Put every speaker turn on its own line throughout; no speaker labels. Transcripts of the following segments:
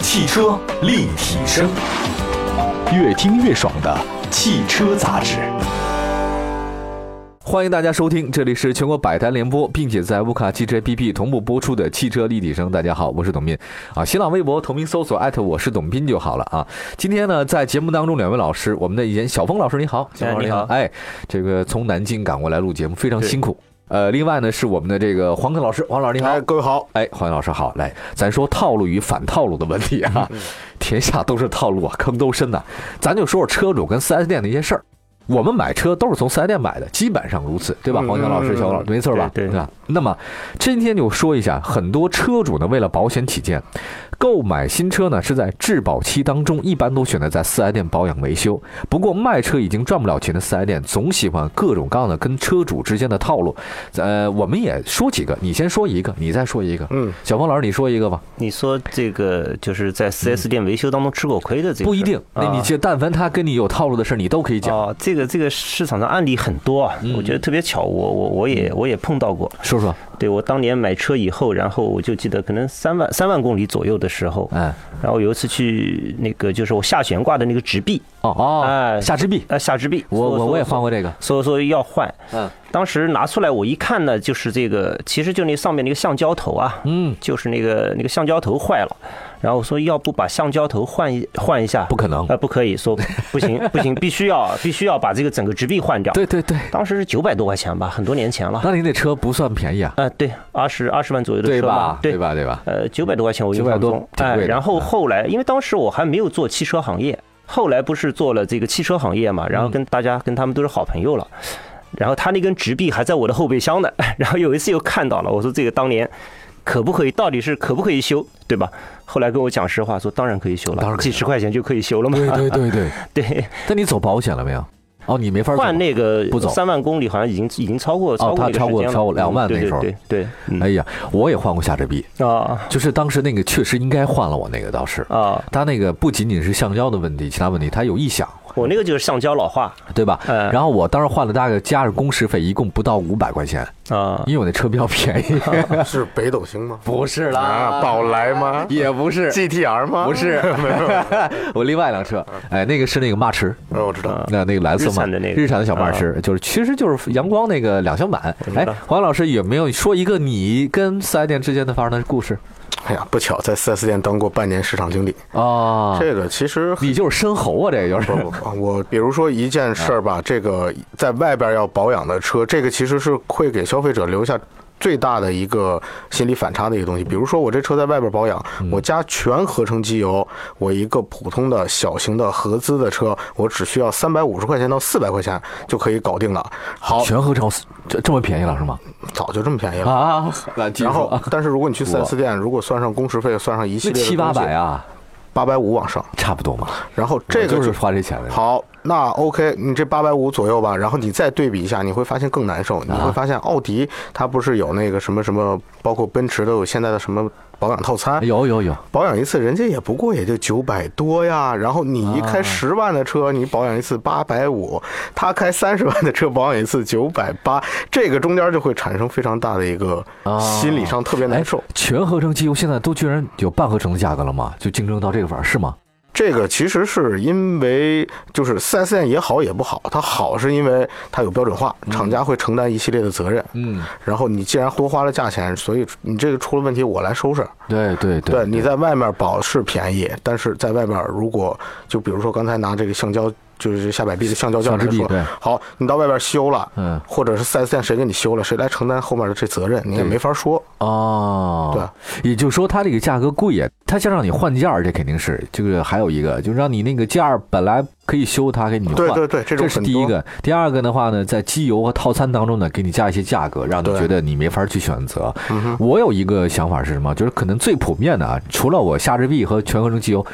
汽车立体声，越听越爽的汽车杂志。
欢迎大家收听，这里是全国百单联播，并且在乌卡汽车 APP 同步播出的汽车立体声。大家好，我是董斌啊，新浪微博同名搜索艾特我是董斌就好了啊。今天呢，在节目当中，两位老师，我们的以前小峰老师你好，小峰
哎你好
哎，这个从南京赶过来录节目，非常辛苦。呃，另外呢，是我们的这个黄克老师，黄老师你好，
哎，各位好，
哎，黄岩老师好，来，咱说套路与反套路的问题啊，
嗯
天下都是套路啊，坑都深呐、咱就说说车主跟 4S 店的一些事儿。我们买车都是从 4S 店买的，基本上如此，对吧？
嗯
黄岩老师、小老师，没错吧？
对对
吧？那么今天就说一下，很多车主呢，为了保险起见，购买新车呢是在质保期当中，一般都选择在 4S 店保养维修。不过卖车已经赚不了钱的 4S 店，总喜欢各种各样的跟车主之间的套路。呃，我们也说几个，你先说一个，你再说一个。
嗯，
小峰老师，你说一个吧，
你说这个就是在 4S 店维修当中吃过亏的这个事儿，
嗯不一定。那你
啊
这但凡他跟你有套路的事儿，你嗯都可以讲。
哦，这个这个市场上案例很多啊，我觉得特别巧，我我我也
嗯
我也碰到过。
说说，
对我当年买车以后，然后我就记得可能三万三万公里左右的时候，
哎，
然后有一次去那个就是我下悬挂的那个直臂，
哦哦，
哎
夏之臂，
呃下直臂，
我
说
我我也
说
换过这个。
所以说要换。
嗯，
当时拿出来我一看呢，就是这个，其实就那上面那个橡胶头啊，
嗯，
就是那个那个橡胶头坏了，然后我说要不把橡胶头换一换一下，
不可能
啊、不可以，说不行不行，必须要必须要把这个整个直臂换掉。
对，对对，
当时是九百多块钱吧，很多年前了。啊、
那你那车不算便宜啊，
对，二十二十万左右的
对
车
吧
嘛？，
对
对？
吧？对 吧？
呃，九百多块钱我印
900
象
多
中，
挺
哎，
贵的
然后
嗯
后来，因为当时我还没有做汽车行业，后来不是做了这个汽车行业嘛，
嗯
然后跟大家、跟他们都是好朋友了。然后他那根直臂还在我的后备箱呢， 然后有一次又看到了，我说这个当年可不可以，到底是可不可以修，对吧？后来跟我讲实话，说当然可以修了，
当然可以
几十块钱就可以修了嘛。
对对 对。
对，
那你走保险了没有？哦，你没法走
换那个
不走哦
三万公里好像已经已经超过超过
他
那个
超过
时间了
超过2万
嗯对
那时候哎
对对对，嗯
哎呀，我也换过夏之臂，
啊
就是当时那个确实应该换了，我那个倒是。
啊，
它那个不仅仅是橡胶的问题，其他问题它有异响，
我那个就是橡胶老化
对吧？
嗯
然后我当时换了大概加上工时费，一共不到五百块钱，
啊。
因为我那车比较便宜。
是北斗星吗？
不是
啊，宝来吗
也不 是，
？GTR 吗？
不 是，我另外一辆车，哎，那个是那个马驰，啊
嗯，啊我知道，
那那个蓝色嘛，
日产的那个啊
日产的小马驰，就是其实就是阳光那个两厢版。哎，黄老师有没有说一个你跟四 S 店之间的发生的故事
哎呀，不巧在 4S 店当过半年市场经理，
啊？
这个其实
你就是申猴啊，这 个就是
不。不不，我比如说一件事儿
啊
吧，这个在外边要保养的车，这个其实是会给消费者留下。最大的一个心理反差的一个东西，比如说我这车在外边保养，
嗯
我加全合成机油，我一个普通的小型的合资的车，我只需要三百五十块钱到四百块钱就可以搞定了。好，
全合成这这么便宜了是吗？
早就这么便宜了。
啊，那技术
哦然后
啊，
但是如果你去四
我
S 店，如果算上工时费，算上一系
那
列
七八百，啊，
八百五往上。
差不多嘛。
然后这
我
个
就是花这钱的。
好，那 OK，你这八百五左右吧。然后你再对比一下，你会发现更难
啊
受。你会发现奥迪它不是有那个什么什么，包括奔驰都有现在的什么保养套餐，
哎有有有，
保养一次人家也不过也就九百多呀。然后你一
啊
开十万的车，你保养一次八百五，他开三十万的车保养一次九百八，这个中间就会产生非常大的一个
啊
心理上特别难受。
哎全合成机油现在都居然有半合成的价格了吗？就竞争到这个份儿是吗？
这个其实是因为就是四 S 店也好也不好，它好是因为它有标准化，厂家会承担一系列的责任。
嗯，
然后你既然多花了价钱，所以你这个出了问题我来收拾。
对对对
对，你在外面保是便宜，但是在外面如果就比如说刚才拿这个橡胶，就是下摆臂的橡胶
橡
件来
胶臂
说
对，
好，你到外边修了，
嗯
或者是四 S 店谁给你修了，谁来承担后面的这责任，你也
对
没法说。
哦，对，也就是说它这个价格贵呀，它先让你换件儿，这肯定是这个还有一个，就是让你那个件儿本来可以修，它给你换。
对对对，
这
这种
是
很
第
多
一个，第二个的话呢，在机油和套餐当中呢，给你加一些价格，让你
对
觉得你没法去选择。
嗯
我有一个想法是什么？就是可能最普遍的啊，除了我夏之臂和全合成机油，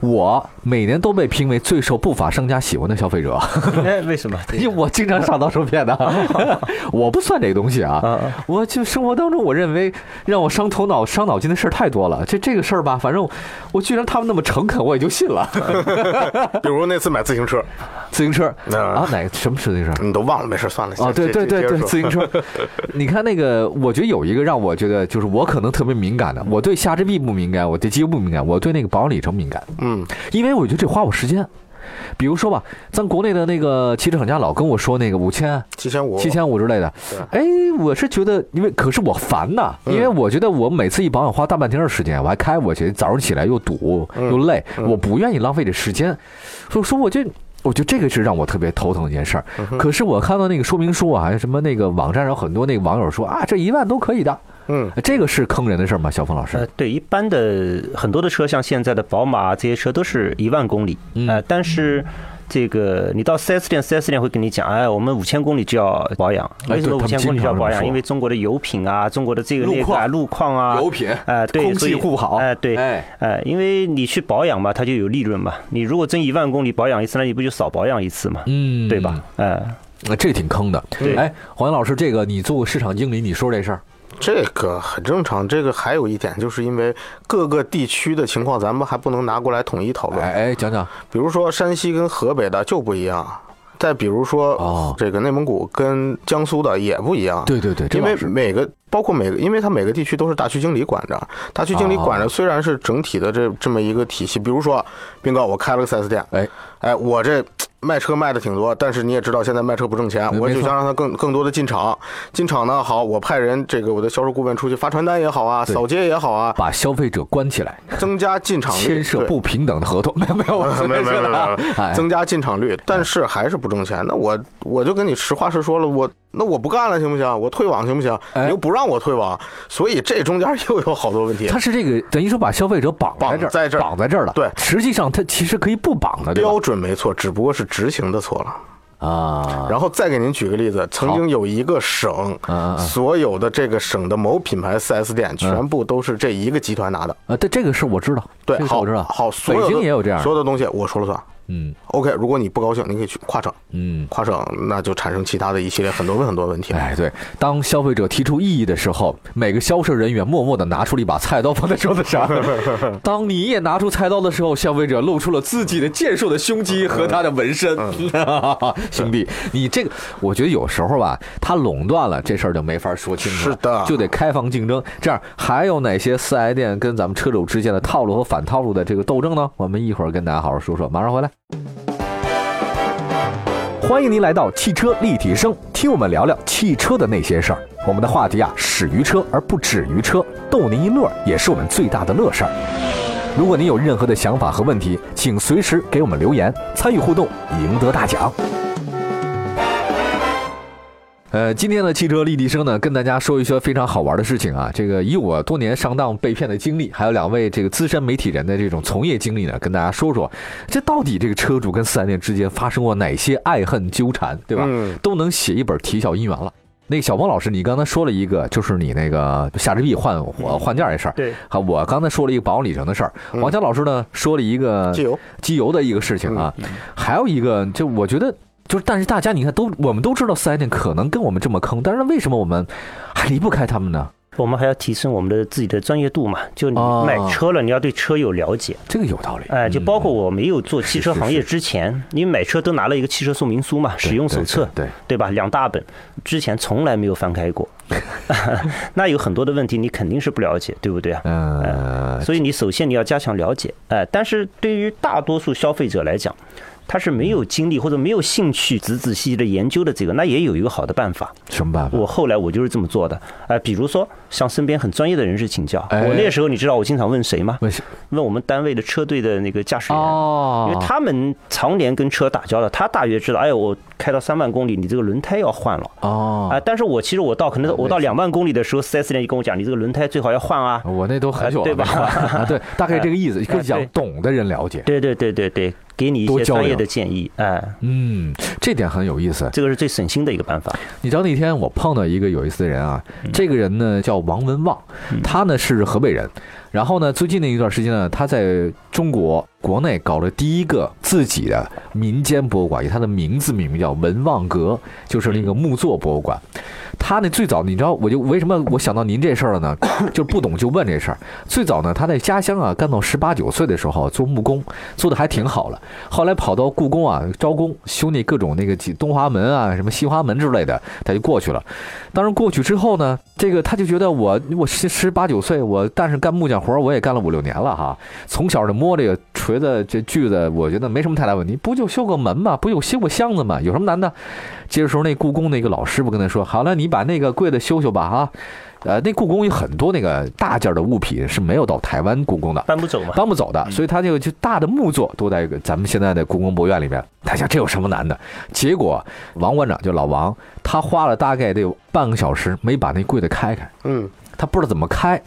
我每年都被评为最受不法商家喜欢的消费者，
哎，为什么？
因为我经常上当受骗的， 我不算这个东西啊。
啊，
我就生活当中，我认为让我伤头脑、伤脑筋的事儿太多了。这这个事儿吧，反正我我居然他们那么诚恳，我也就信了。
比如那次买自行车，
自行车
那
啊，哪个什么自行车？
你都忘了，没事，算了。
哦，对对对对，自
自
行车。 你看那个，我觉得有一个让我觉得就是我可能特别敏感的，我对下肢臂不敏感，我对肌肉不敏感，我对那个保养里程敏感，
嗯
因为我觉得这花我时间。比如说吧，咱国内的那个汽车厂家老跟我说那个五千、
七千五，
七千五之类的
对，嗯
哎，我是觉得，因为可是我烦呐，因为我觉得我每次一保养花大半天的时间，我还开过去，早上起来又堵
嗯
又累，我不愿意浪费这时间，所以说我就。我觉得这个是让我特别头疼的一件事儿，
嗯
可是我看到那个说明书啊，还有什么那个网站上很多那个网友说啊，这一万都可以的，
嗯，
这个是坑人的事儿吗？小峰老
呃
师，，
对，一般的很多的车，像现在的宝马啊这些车都是一万公里，
嗯
呃，但是。这个你到 4S 店，4S 店会跟你讲，哎，我们五千公里就要保养。
哎
为什
对他
么五
们
千公里就要
经常这
保
么
养？
说
因为中国的油品啊，中国的这个那
路
个啊
况
路况啊，
品
哎，对，
空
所以
气呃不好，
哎、对，哎、
哎，
因为你去保养嘛，它就有利润嘛。你如果真一万公里保养一次，那你不就少保养一次嘛，
嗯，
对吧？？哎、
那这挺坑的。
对
哎，黄岩老师，这个你做过市场经理，你说这事儿，
这个很正常。这个还有一点，就是因为各个地区的情况，咱们还不能拿过来统一讨论。
哎哎，讲讲
比如说山西跟河北的就不一样，再比如说
哦，
这个内蒙古跟江苏的也不一样。
对对对，这
因为
倒是
每个包括每个，因为它每个地区都是大区经理管着，大区经
哦
理管着虽然是整体的这这么一个体系，比如说，斌哥，我开了个 4S 店，
哎
哎，我这嘖卖车卖的挺多，但是你也知道现在卖车不挣钱
没，
我就
哎没错
想让它更更多的进厂，进厂呢好，我派人这个我的销售顾问出去发传单也好啊，
对
扫街也好啊，
把消费者关起来，
增加进厂率
牵涉
对
不平等的合同，没 有没有， 我随
没有
便
没
说
有没
的
有没
啊
有，
哎，
增加进场率，但是还是不挣钱。那我我就跟你实话实说了，我那我不干了行不行？我退网行不行？
哎
你又不让我退网，所以这中间又有好多问题
他。是这个等于说把消费者绑在
绑
这儿，
在这儿
绑在这儿了。
对
实际上他其实可以不绑的，对吧？
标准没错，只不过是执行的错了。
啊，
然后再给您举个例子，曾经有一个省
嗯嗯，嗯
所有的这个省的某品牌 4S 店全部都是这一个集团拿的。
啊，对这个事我知道，
对
这，个事
好，
我知道，
好，所
北
有的
京也有这样
所
的，
有的东西我说了算。
嗯
OK，如果你不高兴，你可以去跨省，
嗯。
跨省那就产生其他的一系列很多很多问题。
哎，对，当消费者提出异议的时候，每个销售人员默默地拿出了一把菜刀放在桌子上。当你也拿出菜刀的时候，消费者露出了自己的健硕的胸肌和他的纹身。 兄弟，你这个，我觉得有时候吧，他垄断了这事儿就没法说清楚了，
是的
就得开放竞争。这样还有哪些四 S 店跟咱们车主之间的套路和反套路的这个斗争呢？我们一会儿跟大家好好说说，马上回来。欢迎您来到汽车立体声，听我们聊聊汽车的那些事儿。我们的话题啊，始于车而不止于车，逗您一乐也是我们最大的乐事儿。如果您有任何的想法和问题，请随时给我们留言，参与互动，赢得大奖。呃，今天的汽车立体声呢，跟大家说一说非常好玩的事情啊。这个以我多年上当被骗的经历，还有两位这个资深媒体人的这种从业经历呢，跟大家说说，这到底这个车主跟四 S 店之间发生过哪些爱恨纠缠，对吧？
嗯
都能写一本啼笑姻缘了。那个小峰老师，你刚才说了一个，就是你那个下肢臂换换换件儿这事儿。
对，
啊，我刚才说了一个保养里程的事儿，王强老师呢说了一个
嗯机油，嗯
机油的一个事情啊，还有一个就我觉得就是，但是大家你看都我们都知道四 S 店可能跟我们这么坑，但是为什么我们还离不开他们呢？
我们还要提升我们的自己的专业度嘛。就你
哦
买车了，你要对车有了解。
这个有道理。
哎，就包括
嗯
我没有做汽车行业
是
之前，因为买车都拿了一个汽车说明书嘛，使用手册，
对对对
对吧？两大本，之前从来没有翻 开过。 那有很多的问题你肯定是不了解，对不对啊？
对呃，
所以你首先你要加强了解，哎，但是对于大多数消费者来讲，他是没有精力或者没有兴趣仔仔细细的研究的这个，那也有一个好的办法。
什么办法？
我后来我就是这么做的，哎，比如说向身边很专业的人士请教。
哎
我那时候你知道我经常问谁吗？
为什
问我们单位的车队的那个驾驶员。
哦，
哎因为他们常年跟车打交道，他大约知道，哎呦，我开到三万公里，你这个轮胎要换了
哦
啊、但是我其实我到可能我到两万公里的时候，4S 店就跟我讲，你这个轮胎最好要换啊。
我那都很久了，
哎对吧哎
啊？对，大概这个意思，跟讲
对
懂的人了解。
对对对对对，给你一
多
些
交流
专业的建议，哎、
嗯，这点很有意思。
这个是最省心的一个办法。
你知道那天我碰到一个有意思的人啊，这个人呢叫王文旺，他呢是河北人，然后呢，最近的一段时间呢，他在中国国内搞了第一个自己的民间博物馆，以他的名字命名叫文望阁，就是那个木作博物馆。他那最早，你知道，我就为什么我想到您这事儿了呢？就是不懂就问这事儿。最早呢，他在家乡啊，干到十八九岁的时候做木工，做的还挺好了。后来跑到故宫啊招工，修那各种那个几东华门啊、什么西华门之类的，他就过去了。当然过去之后呢，这个他就觉得我我十十八九岁，我但是干木匠活儿我也干了五六年了哈，从小就摸这个锤子这锯子，我觉得没什么太大问题，不就修个门嘛，不就修个箱子嘛，有什么难的？这时候那故宫那个老师傅跟他说：“好了，你把那个柜子修修吧哈。”呃，那故宫有很多那个大件儿的物品是没有到台湾故宫的，
搬不走嘛。
搬不走的，所以他就就大的木座都在咱们现在的故宫博物院里面。他想这有什么难的？结果王馆长就老王，他花了大概得有半个小时没把那柜子开开，
嗯，
他不知道怎么开。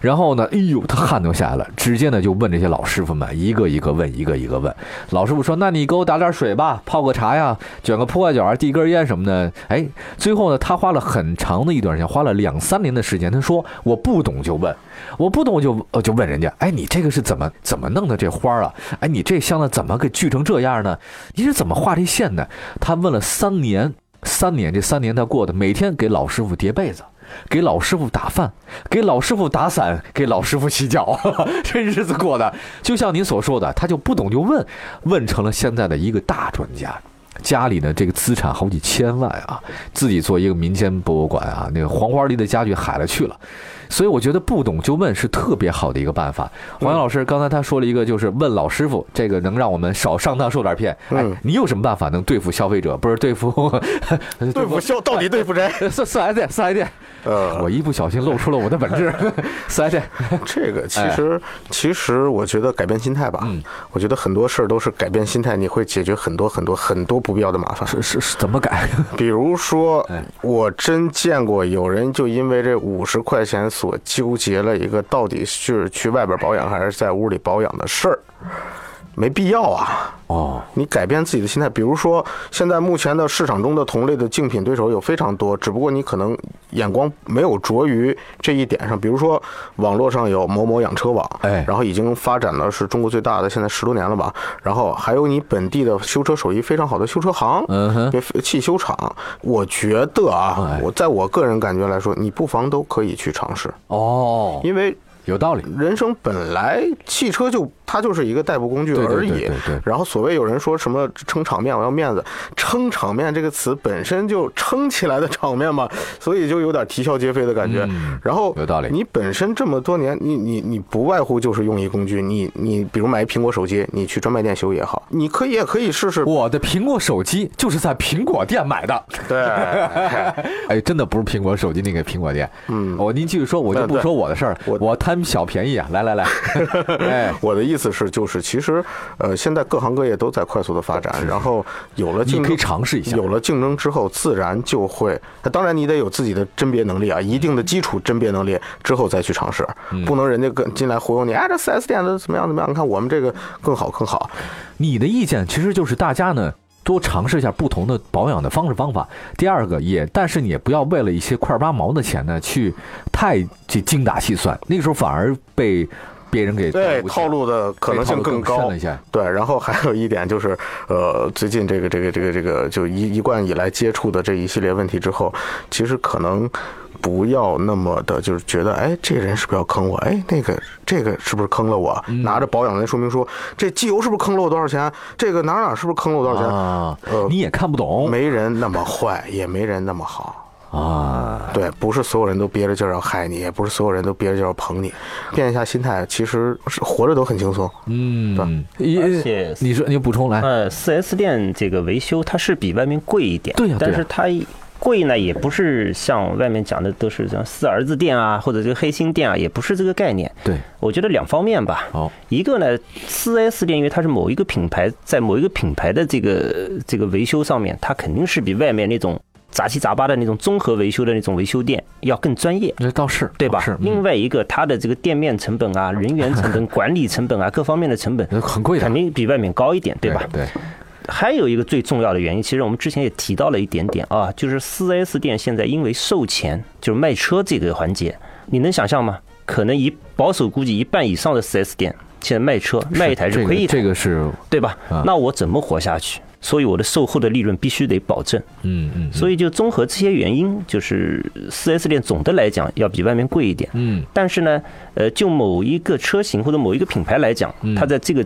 然后呢，哎呦，他汗都下来了，直接呢就问这些老师傅们，一个一个问，一个一个问。老师傅说：“那你给我打点水吧，泡个茶呀，卷个破盖卷儿，递根烟什么的。”哎，最后呢，他花了很长的一段时间，花了两三年的时间，他说：“我不懂就问，我不懂就呃就问人家，哎，你这个是怎么怎么弄的这花儿啊？哎，你这箱子怎么给锯成这样呢？你是怎么画这线的？”他问了三年，三年这三年他过的，每天给老师傅叠被子。给老师傅打饭，给老师傅打伞，给老师傅洗脚， 这日子过的就像您所说的，他就不懂就问，问成了现在的一个大专家。家里的这个资产好几千万啊，自己做一个民间博物馆啊，那个黄花梨的家具海了去了，所以我觉得不懂就问是特别好的一个办法。黄洋老师刚才他说了一个，就是问老师傅，这个能让我们少上当受点骗。哎
嗯，
你有什么办法能对付消费者？不是对付
对付消到底对付谁？
四四 S 店四 S 店，
呃，
我一不小心露出了我的本质，四 S 店。
这个其实、其实我觉得改变心态吧，
哎嗯
我觉得很多事儿都是改变心态，你会解决很多很多很多不必要的麻烦。
是是是，怎么改？
比如说
哎，
我真见过有人就因为这五十块钱所纠结了一个到底是去外边保养还是在屋里保养的事儿，没必要啊。
哦，
你改变自己的心态，比如说，现在目前的市场中的同类的竞品对手有非常多，只不过你可能眼光没有着于这一点上。比如说，网络上有某某养车网，
哎
然后已经发展了是中国最大的，现在十多年了吧。然后还有你本地的修车手艺非常好的修车行，
嗯哼
对，汽修厂。我觉得啊
哎，
我在我个人感觉来说，你不妨都可以去尝试，
哦，
因为
有道理。
人生本来汽车就它就是一个代步工具
对对
而
对
已。
对对嗯
然后所谓有人说什么撑场面，我要面子，撑场面这个词本身就撑起来的场面嘛，所以就有点啼笑皆非的感觉。
嗯
然后
有道理
你本身这么多年，你你你不外乎就是用一工具，你你比如买一苹果手机，你去专卖店修也好，你可以也可以试试。
我的苹果手机就是在苹果店买的，
对，
哎，真的不是苹果手机那个苹果店。嗯，我、您继续说，我就
对
不
对
说我的事儿，
我
我贪小便宜啊！来 来来，哎，
我的意思是，就是其实，呃，现在各行各业都在快速的发展，然后有了竞
你
争，
可以尝试一下
有了竞争之后，自然就会。那当然，你得有自己的甄别能力啊，一定的基础甄别能力之后再去尝试，
嗯
不能人家跟进来忽悠你。哎，这 4S 店的怎么样怎么样？你看我们这个更好更好。
你的意见其实就是大家呢。多尝试一下不同的保养的方式方法。第二个也，但是你也不要为了一些块八毛的钱呢，去太去精打细算，那个时候反而被别人给
对，
误解
套路的可能性更
被套路
高
深了一些。
对，然后还有一点就是，呃，最近这个这个这个这个，就一一贯以来接触的这一系列问题之后，其实可能不要那么的，就是觉得，哎，这个人是不是要坑我？哎，那个这个是不是坑了我？
嗯
拿着保养的说明书，这机油是不是坑了我多少钱？这个哪儿哪儿是不是坑了我多少钱？
啊，
呃
你也看不懂
没人那么坏，也没人那么好。
啊，
对，不是所有人都憋着劲儿要害你，也不是所有人都憋着劲儿要捧你，变一下心态，其实是活着都很轻松。
嗯，
而
一
且
你说你补充来，
呃，四 S 店这个维修它是比外面贵一点，
对呀对呀
但是它贵呢也不是像外面讲的都是像四儿子店啊，或者这个黑心店啊，也不是这个概念。
对，
我觉得两方面吧。
好，
一个呢，四 S 店因为它是某一个品牌，在某一个品牌的这个这个维修上面，它肯定是比外面那种杂七杂八的那种综合维修的那种维修店要更专业。
这倒是
对吧？
哦是，嗯
另
为
外一个，它的这个店面 成本啊、人员成本、管理成本啊，各方面的成本
很贵的
肯，定比外面高一点，对吧？
嗯对，
还有一个最重要的原因，其实我们之前也提到了一点点啊，就是 4S 店现在因为售前就是卖车这个环节，你能想象吗？可能一保守估计一半以上的 4S 店现在卖车卖一台是亏一台，
这个、这个是，
对吧
嗯？
那我怎么活下去？所以我的售后的利润必须得保证。
嗯嗯，
所
以
以就综合这些原因，就是4 S 店总的来讲要比外面贵一点。
嗯
但是呢，呃，就某一个车型或者某一个品牌来讲
嗯，
它在这个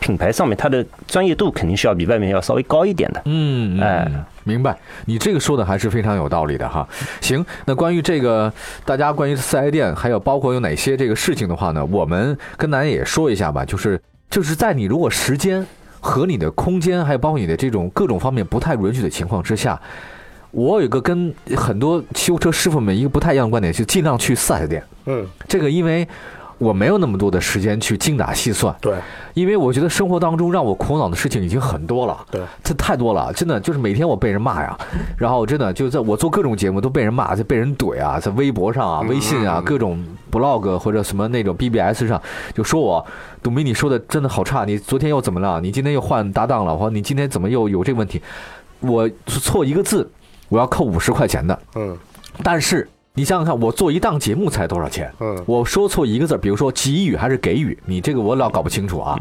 品牌上面，它的专业度肯定是要比外面要稍微高一点的。
嗯，嗯
哎
嗯明白，你这个说的还是非常有道理的哈。行，那关于这个大家关于四 S 店还有包括有哪些这个事情的话呢，我们跟大家也说一下吧，就是就是在你如果时间和你的空间还有包括你的这种各种方面不太允许的情况之下，我有一个跟很多修车师傅们一个不太一样的观点，就尽量去四 S 店。
嗯，
这个因为我没有那么多的时间去精打细算，
对
因为我觉得生活当中让我苦恼的事情已经很多了，
对，
这太多了，真的就是每天我被人骂呀，然后真的就在我做各种节目都被人骂，就被人怼啊，在微博上啊、微信啊、各种 blog 或者什么那种 BBS 上就说我，董明你说的真的好差，你昨天又怎么了？你今天又换搭档了，或者你今天怎么又有这个问题？我错一个字，我要扣五十块钱的。
嗯
但是你想想看，我做一档节目才多少钱？
嗯
我说错一个字儿，比如说给予还是给予，你这个我老搞不清楚啊。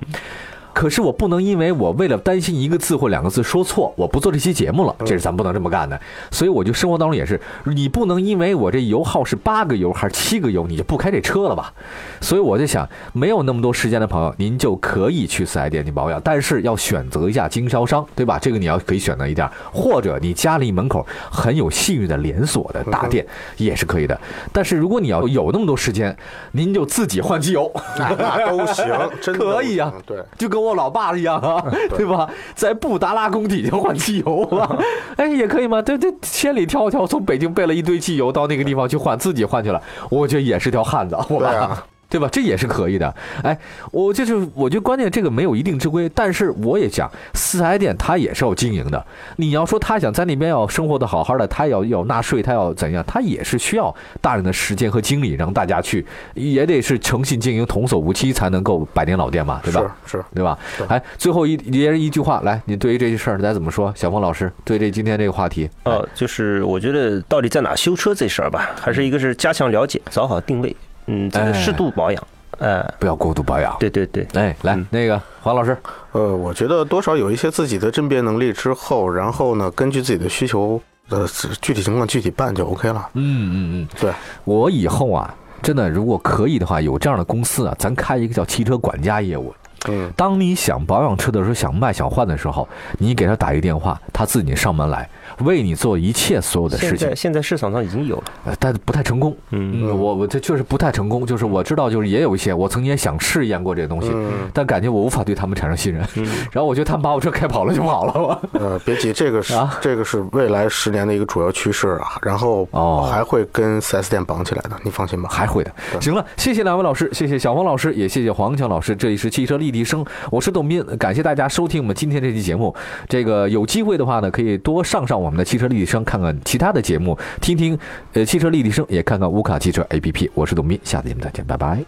可是我不能因为我为了担心一个字或两个字说错，我不做这期节目了，这是咱不能这么干的。所以我就生活当中也是，你不能因为我这油耗是八个油还是七个油，你就不开这车了吧？所以我就想，没有那么多时间的朋友，您就可以去四 S 店去保养，但是要选择一下经销商，对吧？这个你要可以选择一点，或者你家里门口很有信誉的连锁的
嗯
大店也是可以的。但是如果你要有那么多时间，您就自己换机油。
那都行， 真的
可以啊
嗯对，
就跟我老爸一样 啊，对吧？在布达拉工体就换机油 了，哎，也可以嘛。对对，千里迢迢从北京备了一堆机油到那个地方去换，自己换去了，我觉得也是条汉子，我
对
爸。
啊
对吧？这也是可以的。哎，我就是我觉得关键这个没有一定之规，但是我也讲四 S 店它也是要经营的。你要说他想在那边要生活的好好的，他要要纳税，他要怎样，他也是需要大量的时间和精力让大家去，也得是诚信经营、童叟无欺才能够百年老店嘛，对吧？
是是，
对吧？哎，最后一一人一句话，来，你对于这些事儿该怎么说？小峰老师，对这今天这个话题，
呃，就是我觉得到底在哪修车这事儿吧，还是一个是加强了解，找好定位，嗯，这
哎
个适度保养，呃，
不要过度保养。
对对对，
哎，来、
嗯
那个黄老师，
呃，我觉得多少有一些自己的甄别能力之后，然后呢，根据自己的需求，呃，具体情况具体办就 OK 了。
嗯嗯嗯，
对，
我以后啊，真的如果可以的话，有这样的公司啊，咱开一个叫汽车管家业务。
嗯，
当你想保养车的时候，想卖想换的时候，你给他打一电话，他自己上门来为你做一切所有的事
现
情
在，现在市场上已经有了，
呃但不太成功。
嗯，
嗯，我我这确实不太成功，就是我知道，就是也有一些我曾经也想试验过这些东西，
嗯
但感觉我无法对他们产生信任。然后我觉得他们把我车开跑了就跑了。
呃，别急，这个是、
啊
这个是未来十年的一个主要趋势啊，然后
哦
还会跟 4S 店绑起来的，你放心吧。
还会的。行了，谢谢两位老师，谢谢小峰老师，也谢谢黄强老师。这里是汽车立体声，我是董斌，感谢大家收听我们今天这期节目。这个有机会的话呢，可以多上上我们的汽车立体声，看看其他的节目，听听呃汽车立体声，也看看乌卡汽车 APP。我是董斌，下次节目再见，拜拜。